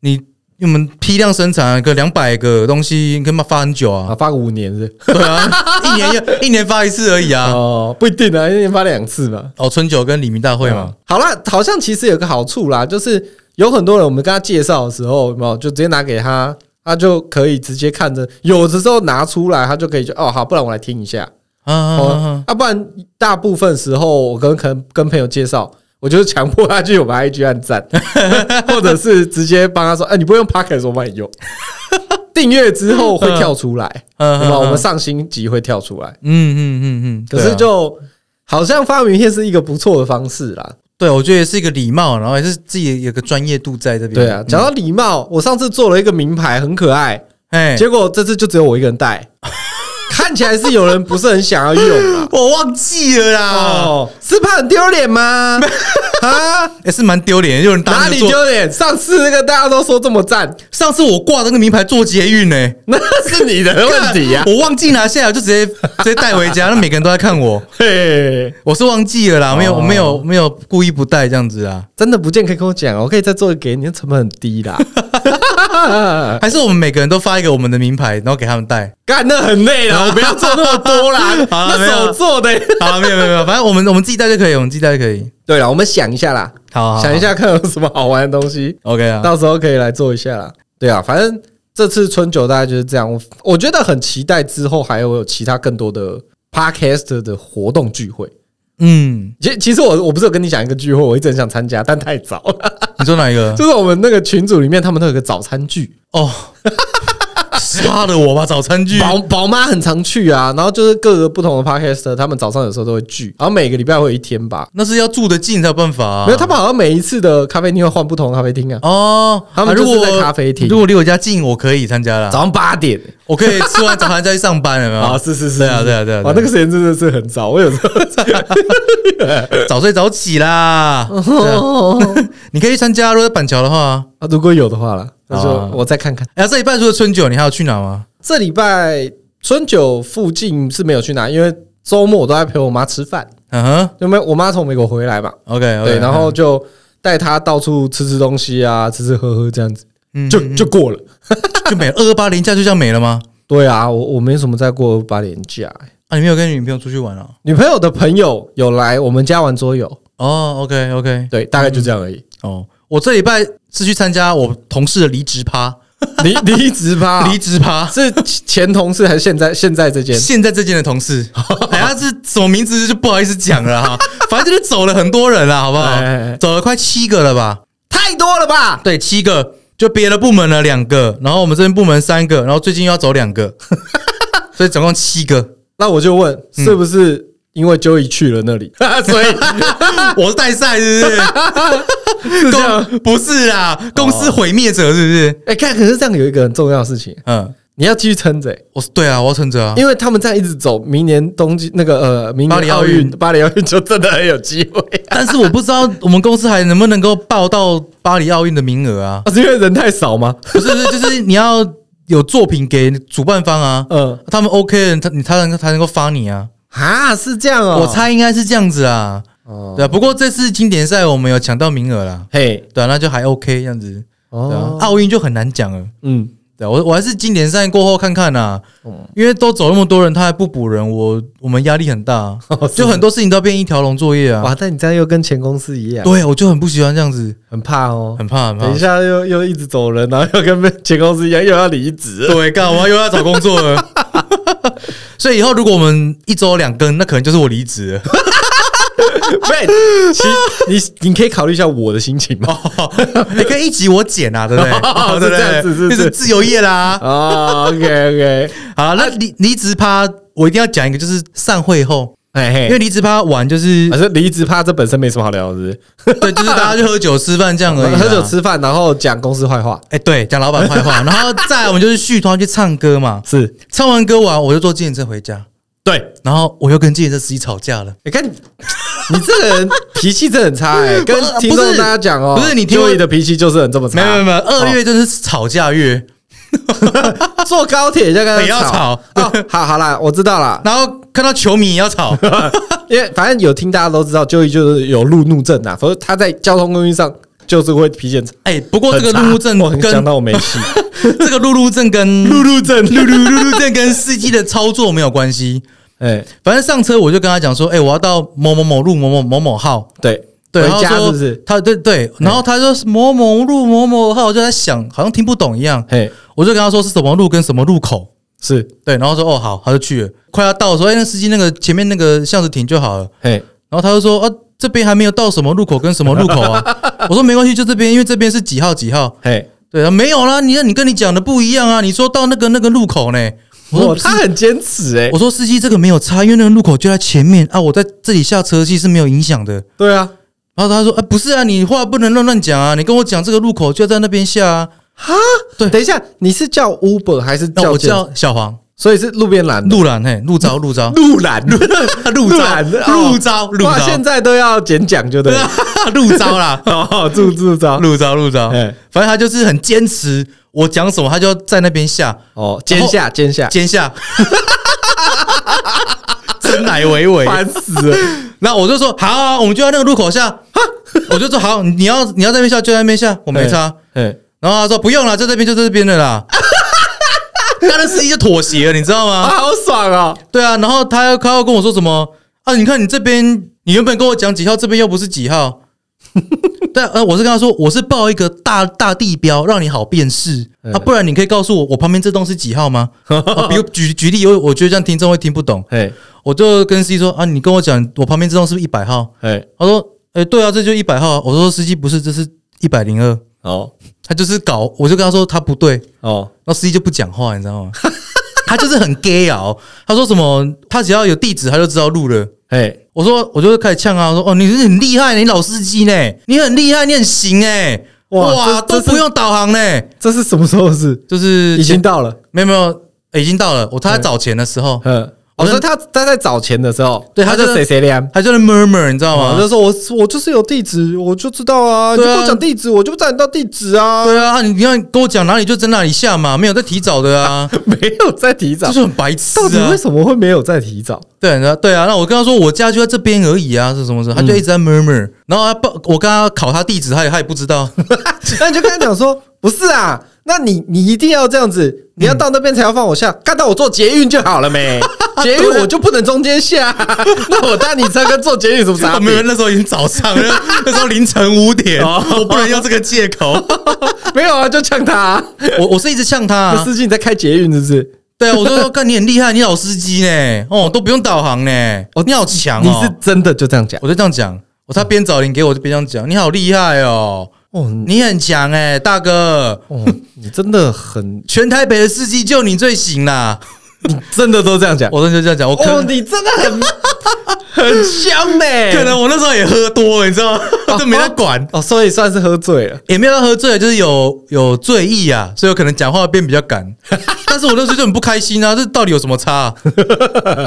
B: 你我们批量生产个两百个东西，你可以发很久啊
A: 啊，。发个五年是
B: 对啊，一年要一年发一次而已啊。
A: 哦，不一定啊，一年发两次嘛，
B: 哦，春酒跟李明大会嘛，
A: 嗯？好了，好像其实有个好处啦，就是有很多人我们跟他介绍的时候，有没有就直接拿给他，他就可以直接看着，有的时候拿出来，他就可以就哦好，不然我来听一下。
B: 啊啊啊
A: 哦
B: 啊，
A: 啊，不然大部分时候我跟可能跟朋友介绍，我就是强迫他去我们 IG 按赞， 或者是直接帮他说，哎、你不用 Pocket，我帮你用。 订阅之后会跳出来，
B: 嗯
A: 对吧？
B: 嗯
A: 我们上新集会跳出来，
B: 嗯嗯嗯嗯，
A: 可
B: 对
A: 是
B: 啊
A: 就好像发名片是一个不错的方式啦。
B: 对啊我觉得也是一个礼貌，然后也是自己有个专业度在这边。
A: 对啊，
B: 嗯
A: 讲到礼貌，我上次做了一个名牌，很可爱，
B: 哎，
A: 结果这次就只有我一个人 戴，看起来是有人不是很想要用啦。
B: 我忘记了啦，
A: 哦，是怕很丢脸吗？啊？
B: 也哎是蛮丢脸，有人
A: 哪
B: 打
A: 里丢脸？上次那个大家都说这么赞，
B: 上次我挂那个名牌做捷运呢，
A: 那是你的问题 呀、
B: 我忘记拿下来，我就直接直接带回家，那每个人都在看我，
A: 嘿，
B: 我是忘记了啦，没有，
A: 哦
B: 我没有，没有故意不带这样子啊，
A: 真的不见可以跟我讲，我可以再做一个给你，那成本很低啦。
B: 还是我们每个人都发一个我们的名牌，然后给他们带。，
A: 干那很累 了，我不要做那么多啦
B: 好啦
A: 那
B: 没有
A: 手做的。
B: 好，啊没有没有没有，反正我们我们自己带就可以，我们自己带就可以。
A: 对了，我们想一下啦，
B: 好，好
A: 想一下看有什么好玩的东西，
B: 好，OK 啊，
A: 到时候可以来做一下啦。对啊，反正这次春酒大概就是这样，我我觉得很期待之后还有有其他更多的 podcast 的活动聚会。
B: 嗯，
A: 其其实我我不是有跟你讲一个聚会，我一直很想参加，但太早了。
B: 你说哪 一个？
A: 就是我们那个群组里面，他们都有个早餐剧，
B: 哦，杀了我吧，早餐 剧。
A: 宝宝妈很常去啊，然后就是各个不同的 podcaster，他们早上有时候都会聚，然后每个礼拜会有一天吧。
B: 那是要住得近才有办法、啊。
A: 没有，他们好像每一次的咖啡厅会换不同的咖啡厅啊，
B: 哦，
A: 他们
B: 啊如
A: 就是
B: 果
A: 在咖啡厅
B: 如果离我家近，我可以参加啦。
A: 早上八点
B: 我可以吃完早餐再去上班，有没 有？
A: 是是是
B: 对啊啊，对啊，对啊，
A: 哇，那
B: 对啊
A: 个时间真的是很早，我有时候
B: 早睡早起啦。 对啊你可以去参加，如果在板桥的话。
A: 啊如果有的话啦，那就
B: 啊
A: 我再看看。
B: 哎、呀，这一半除了春酒，你还要去哪吗？
A: 这礼拜春酒附近是没有去哪，因为周末我都在陪我妈吃饭，
B: 嗯哼
A: 因为我妈从美国回来嘛，
B: ，OK，
A: 对，然后就带她到处吃吃东西啊，吃吃喝喝这样子，
B: 嗯
A: 就就过了。
B: 就没了。二二八零假就这样没了吗？
A: 对啊，我我没什么再过八年假、欸
B: 啊，你没有跟女朋友出去玩啊？
A: 女朋友的朋友有来我们家玩桌游，
B: 哦，OK OK，
A: 对，大概就这样而已。
B: 哦，我这礼拜是去参加我同事的离职趴，
A: 嗯 离离职吧，
B: 离职趴。
A: 是前同事还是现在现在这件？
B: 现在这件的同 事，哎，他是什么名字就不好意思讲了哈。反正就是走了很多人了，好不好
A: 哎哎哎？
B: 走了快七个了吧？
A: 太多了吧？
B: 对，七个，就别的部门了两个，然后我们这边部门三个，然后最近又要走两个， 所以总共七个。
A: 那我就问，是不是因为 Joey 去了那里，嗯 所以
B: 我是代赛是不是？
A: 是这样？
B: 公不是啦，公司毁灭者是不是？
A: 哎、看，可是这样有一个很重要的事情，
B: 嗯，
A: 你要继续撑着、欸
B: 我对啊，我要撑着啊。
A: 因为他们这样一直走，明年冬季那个呃，明
B: 巴黎
A: 年
B: 奥
A: 奥
B: 运
A: 运，巴黎奥运就真的很有机 会、
B: 但是我不知道我们公司还能不能够报到巴黎奥运的名额 啊？
A: 啊，是因为人太少吗？
B: 不是，不是，就是你要有作品给主办方啊，
A: 嗯，
B: 他们 OK 的，他你他能他能够发你啊。
A: 啊，是这样哦，
B: 我，猜应该是这样子啊，
A: 哦，
B: 对啊。不过这次经典赛我们有抢到名额啦，
A: 嘿，
B: 对啊，那就还 OK 这样子。对
A: 哦，，
B: 啊奥运就很难讲了。
A: 嗯，
B: 对啊，我我还是经典赛过后看看呐、因为都走那么多人，他还不补人，我我们压力很大啊、
A: 哦是
B: 就很多事情都要变一条龙作业啊。
A: 哇，但你这样又跟前公司一样，
B: 对，我就很不喜欢这样子，
A: 很怕哦，
B: 很怕很怕
A: 等一。下又又一直走人，然后又跟前公司一样又要离 职，
B: 对，干我又要找工 作了。所以以后如果我们一周两更，那可能就是我离 职了。
A: 对，其你你可以考虑一下我的心情吗？
B: 你哎可以一集我剪啊，对不 对？
A: 哦
B: 对不
A: 是这样子
B: 对？
A: 是
B: 就是是自由业 啦。
A: 啊，OK OK，
B: 好，那离离职趴我一定要讲一个，就是散会后，
A: 嘿嘿，
B: 因为离职趴 晚就是
A: 反正离职趴这本身没什么好聊的，是
B: 对，就是大家去喝酒吃饭这样
A: 不
B: 而已
A: 是
B: 啦。
A: 喝酒吃饭，然后讲公司坏话，
B: 哎、对，讲老板坏话，然后再来我们就是续团去唱歌嘛，
A: 是
B: 唱完歌完我就坐计程车回家，
A: 对。
B: 然后我又跟计程车司机吵架了。
A: 你哎看你， 你这个人脾气真的很差哎、跟
B: 不是
A: 听众大家讲哦、
B: 不是你听我
A: Joey 的脾气就是很这么差，
B: 没有没有没有，二
A: 哦
B: 月就是吵架月，
A: 坐高铁就跟 他
B: 也要
A: 吵
B: 吵。
A: 哦，好好啦，我知道啦，
B: 然后看到球迷也要吵，
A: 因为反正有听大家都知道，Joey 就是有路怒症呐，所以他在交通工具上就是会脾气很差。
B: 哎、不过这个
A: 很差
B: 路怒症
A: 我很想
B: 跟
A: 到我没戏。
B: 这个路怒 症跟
A: 路怒症，
B: 路路路路症跟司机的操作没有关系。
A: 哎，
B: 反正上车我就跟他讲说，哎、我要到某某某路某某某某号。
A: 对，
B: 对，然
A: 回
B: 后
A: 家
B: 说
A: 是不嗯是？
B: 他对对，然后他说是某某路某某号，我就在想，好像听不懂一样。
A: 嘿，
B: 我就跟他说是什么路跟什么路口，
A: 是，
B: 对，然后说哦好，他就去了。快要到的时候，哎、那司机那个前面那个巷子停就好了。
A: 嘿，
B: 然后他就说啊，这边还没有到什么路口跟什么路口啊。 我说没关系，就这边，因为这边是几号几号。
A: 嘿，
B: 对啊，没有啦，你你跟你讲的不一样啊，你说到那个那个路口呢。我说
A: 哇，他很坚持哎。
B: 我说司机这个没有差，因为那个路口就在前面啊，我在这里下车其实是没有影响的。
A: 对啊，
B: 然后他说啊，不是啊，你话不能乱乱讲啊，你跟我讲这个路口就在那边下啊。对
A: 等一下，你是叫 Uber 还是
B: 那
A: 叫
B: 我
A: 健？
B: 叫小黄
A: 所以是路边拦的。
B: 路兰嘿，路招路招。
A: 路 拦，路
B: 路招，
A: 拦，
B: 路招，路
A: 哦哇，
B: 招
A: 现，在都要剪讲就对了。
B: 路招啦，
A: 哦，住住招，
B: 路招，路招。
A: 哎，
B: 反正他就是很坚持，我讲什么他就在那边下
A: 哦，肩下肩下，
B: 肩下， 真乃伟伟。
A: 烦死了。
B: 那我就说好啊、我们就在那个路口下。哈 我就说好，你要你要在那边下就在那边下，我没差。
A: 嘿，
B: 然后他说不用了，在这边就在这边的 啦。他的司机就妥协了，你知道吗？
A: 啊，好爽 哦。
B: 对啊，然后他要他要跟我说什么啊？你看你这边，你原本跟我讲几号，这边又不是几号。 但呃，我是跟他说，我是报一个大大地标，让你好辨识
A: 嗯
B: 啊，不然你可以告诉我，我旁边这栋是几号吗？啊、比如举举例，我我觉得这样听众会听不懂，
A: 嘿，
B: 我就跟司机说啊，你跟我讲，我旁边这栋是不是一百号？
A: 嘿，
B: 他说，哎、对啊，这就一百号啊。我说司机不是，这是一百零二。
A: 哦，
B: 他就是搞，我就跟他说他不对，
A: 哦，
B: 然后司机就不讲话，你知道吗？ 他就是很 gay 啊、他说什么，他只要有地址他就知道路了。
A: 嘿，
B: 我说，我就开始呛他，我说哦，你是很厉害，你老司机呢，你很厉害，你很行哎，哇
A: 哇这
B: 都
A: 这是
B: 不用导航呢，
A: 这是什么时候的事？
B: 就是
A: 已经
B: 前
A: 到了。
B: 没有没有、哎已经到了，我他在找钱的时候，
A: 嗯，我说他他在找钱的时候，
B: 对
A: 他
B: 他
A: 就哦
B: 就
A: 谁谁亮，
B: 还在那 murmur，你知道
A: 我
B: 吗？
A: 就说我我就是有地址，我就知道啊，你就
B: 对啊
A: 跟我讲地址，我就不知道你到地址啊，
B: 对啊，啊你你看跟我讲哪里就在哪里下嘛，没有在提早 的啊，
A: 没有在提早
B: 这，是很白痴
A: 到底
B: 啊
A: 为。什么会没有在提早？
B: 对，然后对啊，那我跟他说我家就在这边而已啊，是什么什么，他就一直在 murmur，、然后他报我跟他考他地址，他也他也不知 道，
A: 那你就跟他讲说，不是啊，那你你一定要这样子，你要到那边才要放我下，干到我坐捷运就好了 没？捷运我就不能中间下，那我搭你车跟坐捷运有什么差
B: 啊 没有，
A: 别？
B: 那时候已经早上了， 那时候凌晨五点，
A: 哦
B: 我不能用这个借口。
A: 没有啊，就呛他、啊。
B: 我我是一直呛他、
A: 那
B: 啊，
A: 司机你在开捷运是不是？
B: 对啊，我就说，干你很厉害，你老司机呢，哦，都不用导航呢，哦，你好强
A: 你
B: 哦，
A: 是真的就这样讲？
B: 我就这样讲，我他边找零给我就边这样讲，你好厉害哦，
A: 哦你
B: 你很强哎、大哥，
A: 哦，你真的很，
B: 全台北的司机就你最行啦，
A: 你真的都这样讲？
B: 我真的就这样讲，我可
A: 哦，你真的 很很香呢、
B: 可能我那时候也喝多了，你知道吗？ 就没人管，
A: 哦，所以算是喝醉了。
B: 也没有到喝醉，就是有有醉意啊，所以有可能讲话变比较 赶。但是我那时候就很不开心啊，这到底有什么差、啊？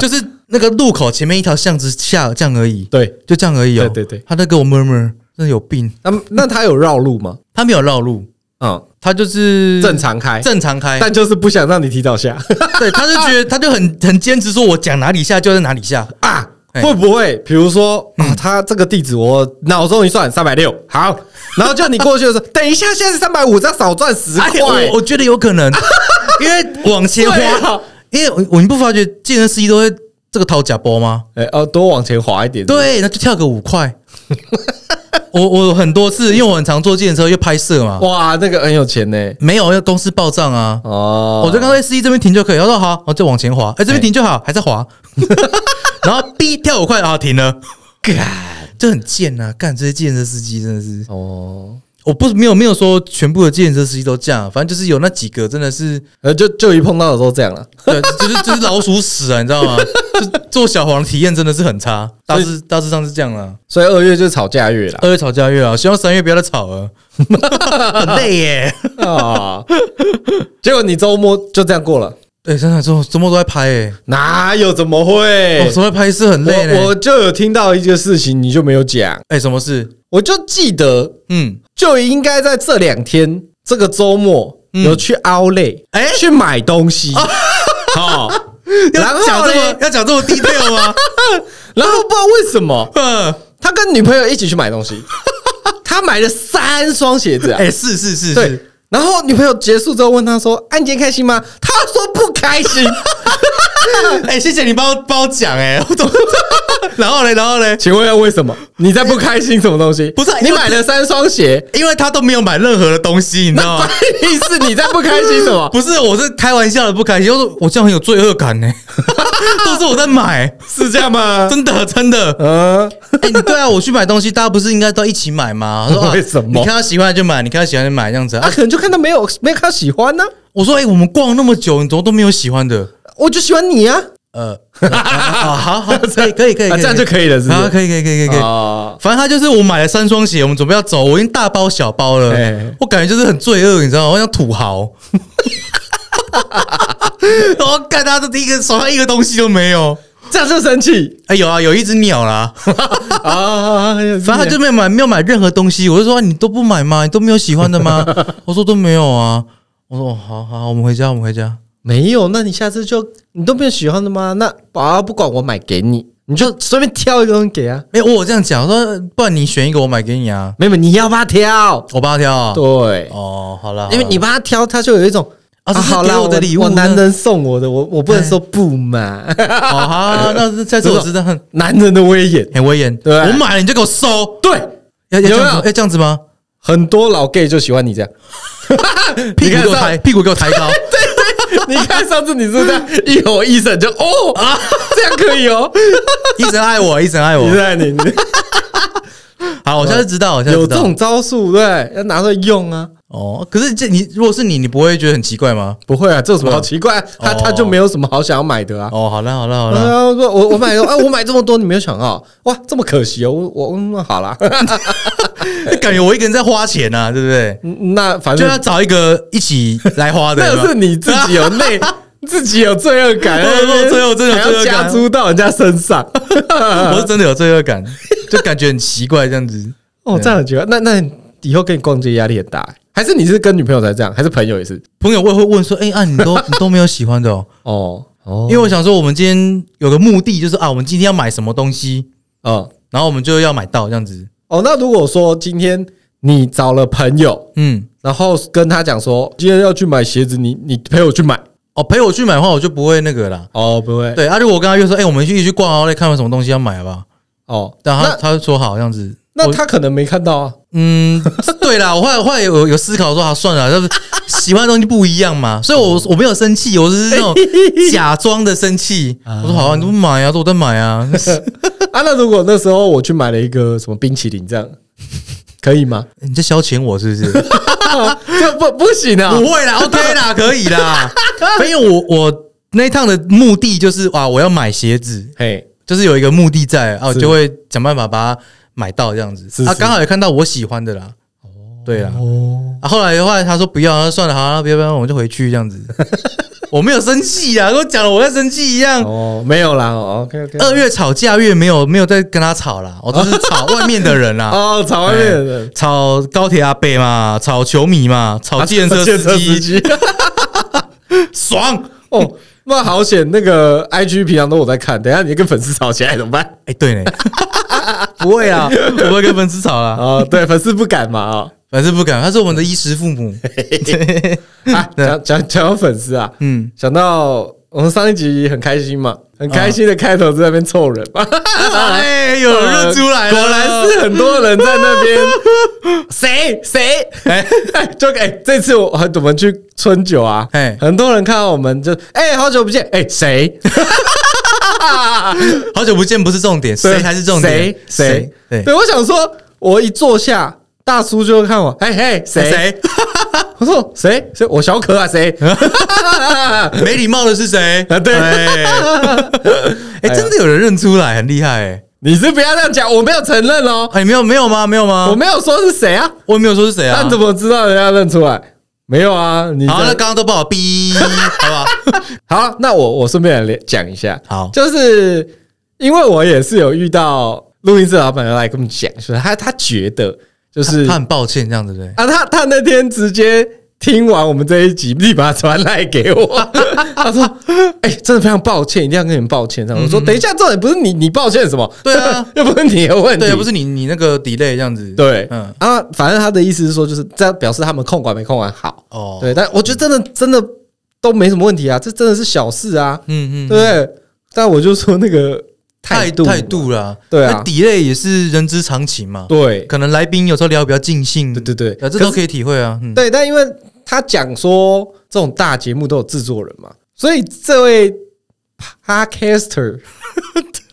B: 就是那个路口前面一条巷子下这样而已，
A: 对，
B: 就这样而已哦。
A: 对对对
B: 他在给我 murmur，真的有病。
A: 那那他有绕路吗？
B: 他没有绕路，
A: 嗯，
B: 他就是
A: 正常开，
B: 正常开，
A: 但就是不想让你提早下。
B: 对，他就 觉得他就很很坚持说，我讲哪里下就在哪里下。
A: 啊，
B: 哎
A: 会不会比如说啊，他这个地址我脑中一算三百六，好，然后叫你过去的时候，等一下，现在是三百五，这样少赚十
B: 哎，
A: 块
B: 我，我觉得有可能， 因为往前
A: 对
B: 滑，
A: 啊
B: 因为我我你不发觉健身司机都会这个掏假包吗？
A: 哎哦，多往前滑一点，，
B: 对，那就跳个五块。 我我有很多次，因为我很常坐计程车，又拍摄嘛，
A: 哇，那个很有钱呢，
B: 没有要公司报账啊，
A: 哦，
B: 我就刚才司机这边停就可以。他说好，我就往前滑，哎、这边停就好，还 在滑，然后 B 跳五块啊，停了，
A: 干
B: 就很贱呐、啊！干这些计程车司机真的是，
A: 哦，
B: 我不没有没有说全部的计程车司机都这样，反正就是有那几个真的是，
A: 呃，就就一碰到的时候这样了，
B: 对，就是就是老鼠屎啊，你知道吗？就是做小黄的体验真的是很差，大致大致上是这样啦、
A: 所以二月就是吵架月了
B: 二月吵架月啊，希望三月不要再吵了， 很累耶。
A: 啊。结果你周末就这样过了，
B: 对，哎真的周周末都在拍诶、
A: 哪有怎么
B: 我、
A: 会
B: 哦、？周末拍是很累呢、
A: 我我就有听到一个事情，你就没有讲，
B: 哎、什么事？
A: 我就记得
B: 嗯，
A: 就应该在这两天这个周末
B: 嗯
A: 有去 Outlet，哎、去买东西。 好、 然
B: 要讲
A: 后
B: 这
A: 呢
B: 么？要讲这么 detail 吗？
A: 然 后不知道为什么
B: 嗯，
A: 他跟女朋友一起去买东西， 他买了三双鞋子、啊。
B: 哎、是是是
A: 对
B: 是，，
A: 然后女朋友结束之后问他说：“啊，你今天开心吗？”他说不开心。
B: 哎、谢谢你帮我帮我讲哎、我怎么？ 然后嘞，然后嘞，
A: 请问要为什么？你在不开心什么东西？
B: 不是啊
A: 你
B: 因为
A: 买了三双鞋，
B: 因为他都没有买任何的东西，你知道
A: 那
B: 吗？
A: 意思你在不开心什么？
B: 不是，我是开玩笑的，不开心。我说我这样很有罪恶感呢、 都是我在买，
A: 是这样吗？
B: 真的真的。
A: 嗯，
B: 哎、你对啊，我去买东西，大家不是应该都一起买吗？ 我说、啊、
A: 为什么
B: 你看到喜欢就买，你看到喜欢就买这样子
A: 他
B: 啊。
A: 可能就看到没有没有看到喜欢呢、
B: 我说，哎、我们逛那么久，你怎么都没有喜欢的？
A: 我就喜欢你啊。
B: 呃，啊啊好 好，可以可以可以，
A: 啊，这样就可以了，是不
B: 好，
A: 是？
B: 可以可以可以可以。
A: 啊，
B: 反正他就是我买了三双鞋，我们准备要走，我已经大包小包了
A: 哎，
B: 我感觉就是很罪恶，你知道吗？我像土豪， 然后看他的一个手上一个东西都没有。
A: 这样就生气
B: 哎，有啊，有一只鸟 啦，
A: 啊！
B: 哦反正他就没有买，没有买任何东西。我就说、啊你都不买吗？你都没有喜欢的 吗？我说都没有啊。我说哦，好好，我们回家，我们回家。
A: 没有，那你下次就你都没有喜欢的吗？那宝宝不管我买给你，你就随便挑一个东西给啊。
B: 哎、我有这样讲，我说不然你选一个，我买给你啊。
A: 没有，你要帮他挑，
B: 我帮他挑啊。
A: 对，
B: 哦，好了，好啦
A: 因为你帮他挑，他就有一种
B: 啊这是
A: 好啦
B: 给我的礼物
A: 我
B: 呢
A: 男人送我的，我我不能说不嘛，
B: 好哦好，那是下次我知道，很
A: 男人的威严。
B: 威严。
A: 对
B: 我买了你就给我收，
A: 对，
B: 要要这
A: 有
B: 样
A: 没有
B: 子要这样子吗？
A: 很多老 gay 就喜欢 你这样。
B: 屁股给我
A: 上
B: 抬，屁股给我抬 高。
A: 你看上次你是不是这样一吼一声就哦啊，这样可以哦，
B: 医生爱我，医生爱我
A: 你。在你你
B: 好，我下次知道，我下次
A: 有
B: 知
A: 这
B: 道。
A: 种招数对，要拿出来用啊。
B: 哦，可是这你如果是你，你不会觉得很奇怪吗？
A: 不会啊，这有什么好奇怪？他
B: 哦
A: 他就没有什么好想要买的啊。
B: 哦，好了，好了，好
A: 然
B: 了。
A: 后说我我买了，哎，我买这么多，你没有想到哇，这么可惜哦。我我嗯，好啦，
B: 感觉我一个人在花钱啊，对不对？
A: 嗯那反
B: 就
A: 正
B: 要找一个一起来花的。
A: 那
B: 有没 有
A: 是你自己有内自己哦有罪恶感，
B: 我我有罪恶真的有
A: 还
B: 罪
A: 要
B: 恶感
A: 加租到人家身上。嗯
B: 我是真的有罪恶感，就感觉很奇怪这样子。
A: 哦，这样很奇怪。那那以后跟你逛街压力很大、欸还是你是跟女朋友才这样，还是朋友也是？
B: 朋友会会问说：“哎、啊，你都 你都没有喜欢的哦？”
A: 哦哦
B: 因为我想说，我们今天有个目的，就是啊，我们今天要买什么东西，
A: 哦
B: 然后我们就要买到这样子。
A: 哦。那如果说今天你找了朋友，
B: 嗯，
A: 然后跟他讲说今天要去买鞋子，你你陪我去买
B: 哦，陪我去买的话，我就不会那个啦。
A: 哦，不会
B: 对啊，如果我跟他约说：“哎、我们去一起去逛啊，来看有什么东西要买，好不好
A: 哦？”。
B: 但他
A: 那
B: 他说好这样子。
A: 那
B: 我
A: 他可能没看到啊。
B: 嗯，对 啦，我后来后来有有思考说，啊，算了，就是喜欢的东西不一样嘛，所以我我没有生气，我是那 种假装的生气。我说好啊，你不买啊，都我在买啊，
A: 啊，那如果那时候我去买了一个什么冰淇淋，这样 可以吗？
B: 你在消遣我是不是？
A: 这不不行啊！
B: 不会啦，OK 啦，可以啦。因为我我那一趟的目的就是啊，我要买鞋子，
A: 嘿，
B: 就是有一个目的在啊，我
A: 是
B: 就会想办法把它买到这样子。
A: 是
B: 啊，
A: 是
B: 刚好也看到我喜欢的啦。对啊，
A: 哦，
B: 啊，后来后来他说不要，啊算了，好、啊，不要不要，我们就回去这 样子。我没有生气啊，跟我讲了我在生气一样。
A: 哦，没有啦，OK OK，
B: 二月吵架越没有没有再跟他吵啦，我都是 吵外面的人啦，
A: 哦，吵外面的人，
B: 吵高铁阿伯嘛，吵球迷嘛，吵计程车
A: 建
B: 司
A: 设哦司
B: 机，
A: 机，
B: 爽。
A: 哦，那好险，那个 IG 平常都我在看，等一下你跟粉丝吵起来怎么办？
B: 哎、对呢，不 会啊，我不会跟粉丝吵啦，
A: 啊，对，粉丝不敢嘛啊。
B: 粉丝不敢，他是我们的衣食父 母。
A: 啊，讲讲讲到粉丝啊，
B: 嗯，啊
A: 想到我们上一集很开心嘛，很开心的开头在那边凑 人嘛，
B: 哎、有人认出来了，
A: 哦果然是很多人在那边， 谁谁
B: 哎
A: 哎，就哎、这次我我们去春酒啊，
B: 哎
A: 很多人看到我们就哎、好久不见，哎、谁？
B: 好久不见，不是重点， 谁才是重点
A: 谁？谁？
B: 对
A: 对，我想说，我一坐下，大叔就看我，哎嘿，谁？
B: 谁？
A: 我说谁？谁？我小可啊，谁？
B: 没礼貌的是谁？
A: 啊对
B: 哎、 哎真的有人认出来，很厉害哎、
A: 你是不要这样讲，我没有承认哦，
B: 哎、没有没有吗？没有吗？
A: 我
B: 我
A: 没有说是谁啊，
B: 我也没有说是谁啊
A: 那。怎么知道人家认出来？没有啊，你
B: 好，那
A: 这
B: 刚刚都不好 逼，好不好？
A: 好，那我我顺便来讲一下，
B: 好
A: 就是因为我也是有遇到录音室老板来跟我们讲，说他他觉得就是
B: 他很抱歉，这样对不对？
A: 啊，他他那天直接听完我们这一集，立马传来给 我，他说：“哎、真的非常抱歉，一定要跟你们抱歉。”这样我说：“等一下，重点不是你，你抱歉什么？
B: 嗯对啊，
A: 又不是你的问题，
B: 对，不是你你那个 delay 这样子。
A: 对，
B: 嗯，
A: 啊，反正他的意思是说，就是这样表示他们控管没控管好，
B: 哦，
A: 对，但我觉得真的真的都没什么问题啊，这真的是小事啊，
B: 嗯嗯，
A: 对不对？但我就说那个
B: 态
A: 度
B: 态，度啦，
A: 对啊
B: 那 delay 也是人之常情嘛。
A: 对，
B: 可能来宾有时候聊得比较尽兴，
A: 对对对
B: 啊，这都可以体会啊。嗯，
A: 对，但因为他讲说这种大节目都有制作人嘛，所以这位 podcaster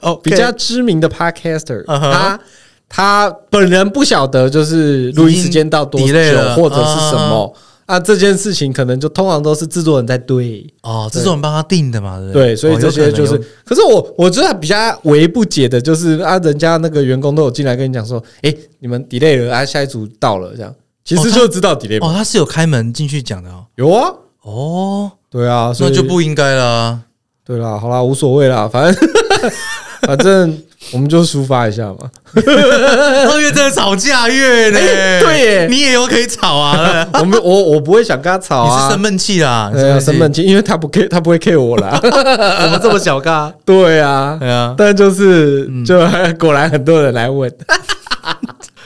B: 哦，
A: 比较知名的 podcaster，、
B: 嗯哼
A: 他他本人不晓得就是录音时间到多
B: 已
A: 久
B: 经 delay 了
A: 或者是什
B: 啊
A: 么。啊，这件事情可能就通常都是制作人在对，
B: 哦，制作人帮他定的嘛，对不
A: 对，所以
B: 哦
A: 这些
B: 有可
A: 就
B: 能
A: 是
B: 有。
A: 可是我我觉得比较为不解的就是啊，人家那个员工都有进来跟你讲说，诶，你们 delay 了啊，下一组到了这样，其
B: 哦
A: 实
B: 他
A: 就知道 delay 嘛
B: 哦，他是有开门进去讲的哦。
A: 有啊，
B: 哦，
A: 对啊，所
B: 那
A: 以
B: 就不应该啦。
A: 对啦，好啦，无所谓啦，反正 反正我们就抒发一下嘛。
B: 二月真的吵架月呢，
A: 哎对耶
B: 你也有可以 吵啊。
A: 我们我我不会想跟他吵
B: 你是
A: 啊
B: 生，闷气啦，
A: 对啊，生闷
B: 气，
A: 气，因为他不 care，他不会 care 我啦。
B: 怎么这么小咖？
A: 对啊，
B: 对啊，
A: 但就是就 果然很多人来 问，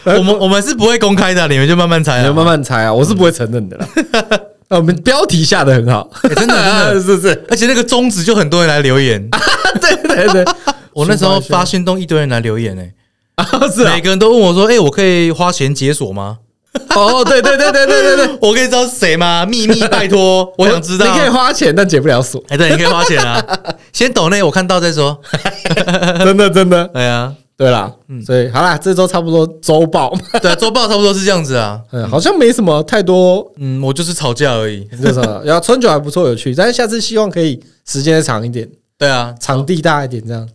B: 我们我们是不会公开的，你们就慢慢猜
A: 哎你
B: 啊
A: 们。慢慢猜啊，我是不会承认 的啦。啊我们标题下的很 好，
B: 哎真的真的
A: 是不是？
B: 而且那个宗旨就很多人来 留言，
A: 对对对，
B: 我那时候
A: 抒发
B: 发现动一堆人来留言呢，哎
A: 啊 是啊
B: 每，个人都问我说：“哎，我可以花钱解锁吗？”
A: 哦对对对对对对对，
B: 我可以知道是谁吗？秘密，拜托，我想知道。
A: 你可以花钱，但解不了锁，
B: 哎，对，你可以花钱啊，先抖内我看到再说。
A: 真的真的。
B: 哎呀，
A: 对啊啦，所以好啦，这周差不多周报。
B: 对啊，周报差不多是这样子啊。
A: 嗯， 好像没什么太多，
B: 嗯，我就是吵架而已。
A: 就是 了然后春酒还不错有趣，但是下次希望可以时间长一点，
B: 对啊，
A: 场地大一点这样。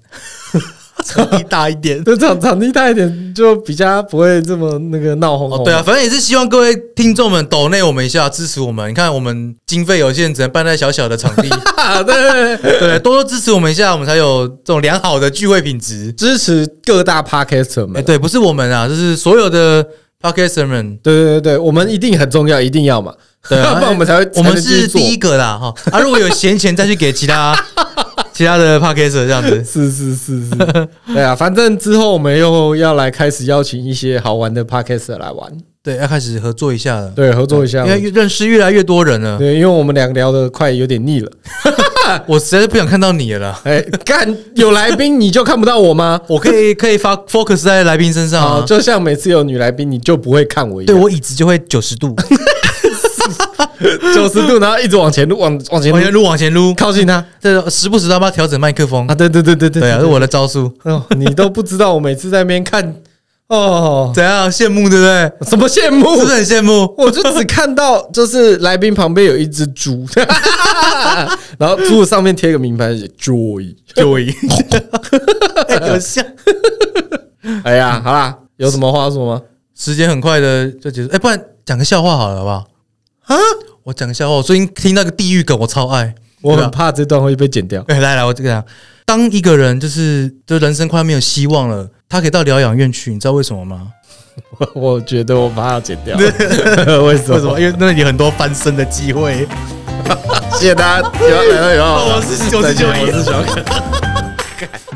B: 场地大一 点。
A: 这场场地大一点，就比较不会这么那个闹哄
B: 哦，
A: 哄。
B: 对啊，，反正也是希望各位听众们抖内我们一下，支持我们。你看，我们经费有限，只能办在小小的场 地，
A: 啊对对对，
B: 对，多多支持我们一下，我们才有这种良好的聚会品 质。
A: 支持各大 podcaster
B: 哎，
A: 们。
B: 对，不是我们啊，就是所有的 podcaster 们，
A: 对对对对，我们一定很重要，一定要嘛，
B: 对啊
A: 要不然我们才会
B: 我
A: 才
B: 们
A: 能继续
B: 是
A: 做
B: 第一个啦哈。啊，如果有闲钱再去给其 他其他的 podcaster 这样子，
A: 是是是是， 对啊，反正之后我们又要来开始邀请一些好玩的 podcaster 来玩，
B: 对，要开始合作一下了。
A: 对，合作一下
B: 啊嗯因。为认识越来越多人了，
A: 对，因为我们俩聊得快有点腻了。
B: 我实在是不想看到你了啦。
A: 哎， 干有来宾你就看不到我吗？
B: 我可以可以发 focus 在来宾身上
A: 啊，
B: 啊，
A: 就像每次有女来宾你就不会看我一
B: 对
A: 样，
B: 我椅子就会九十 度，
A: 九十度，然后一直往前撸，往往前
B: 往
A: 撸
B: 前，撸，往前撸，
A: 靠近他
B: 这时不时的要不要调整麦克风
A: 啊！？对对对对对
B: 对啊，是
A: 对
B: 我的招数。
A: 哦，你都不知道我每次在那边看哦，
B: 怎样羡慕对不对？
A: 什么羡慕
B: 是不是很羡慕？
A: 我就只看到就是来宾旁边有一只猪， 然后猪上面贴个名牌写 Joy。
B: Joy，有像。
A: 哎呀，好啦，有什么话说吗？
B: 时间很快的就结束，哎、不然讲个笑话好了，好不好？
A: 啊，
B: 我讲个笑话，我最近听那个地狱梗，我超爱。
A: 我
B: 对
A: 很
B: 吧
A: 怕这段会被剪掉。
B: 哎来来，我这个讲，当一个人就是就人生快要没有希望了，他可以到疗养院去，你知道为什么吗？
A: 我 我觉得我怕要剪掉， 为什
B: 为
A: 么？
B: 什么？因为那里很多翻身的机会。
A: 谢谢大家，有来到有好，
B: 哦我是九十九
A: 再见我是小可。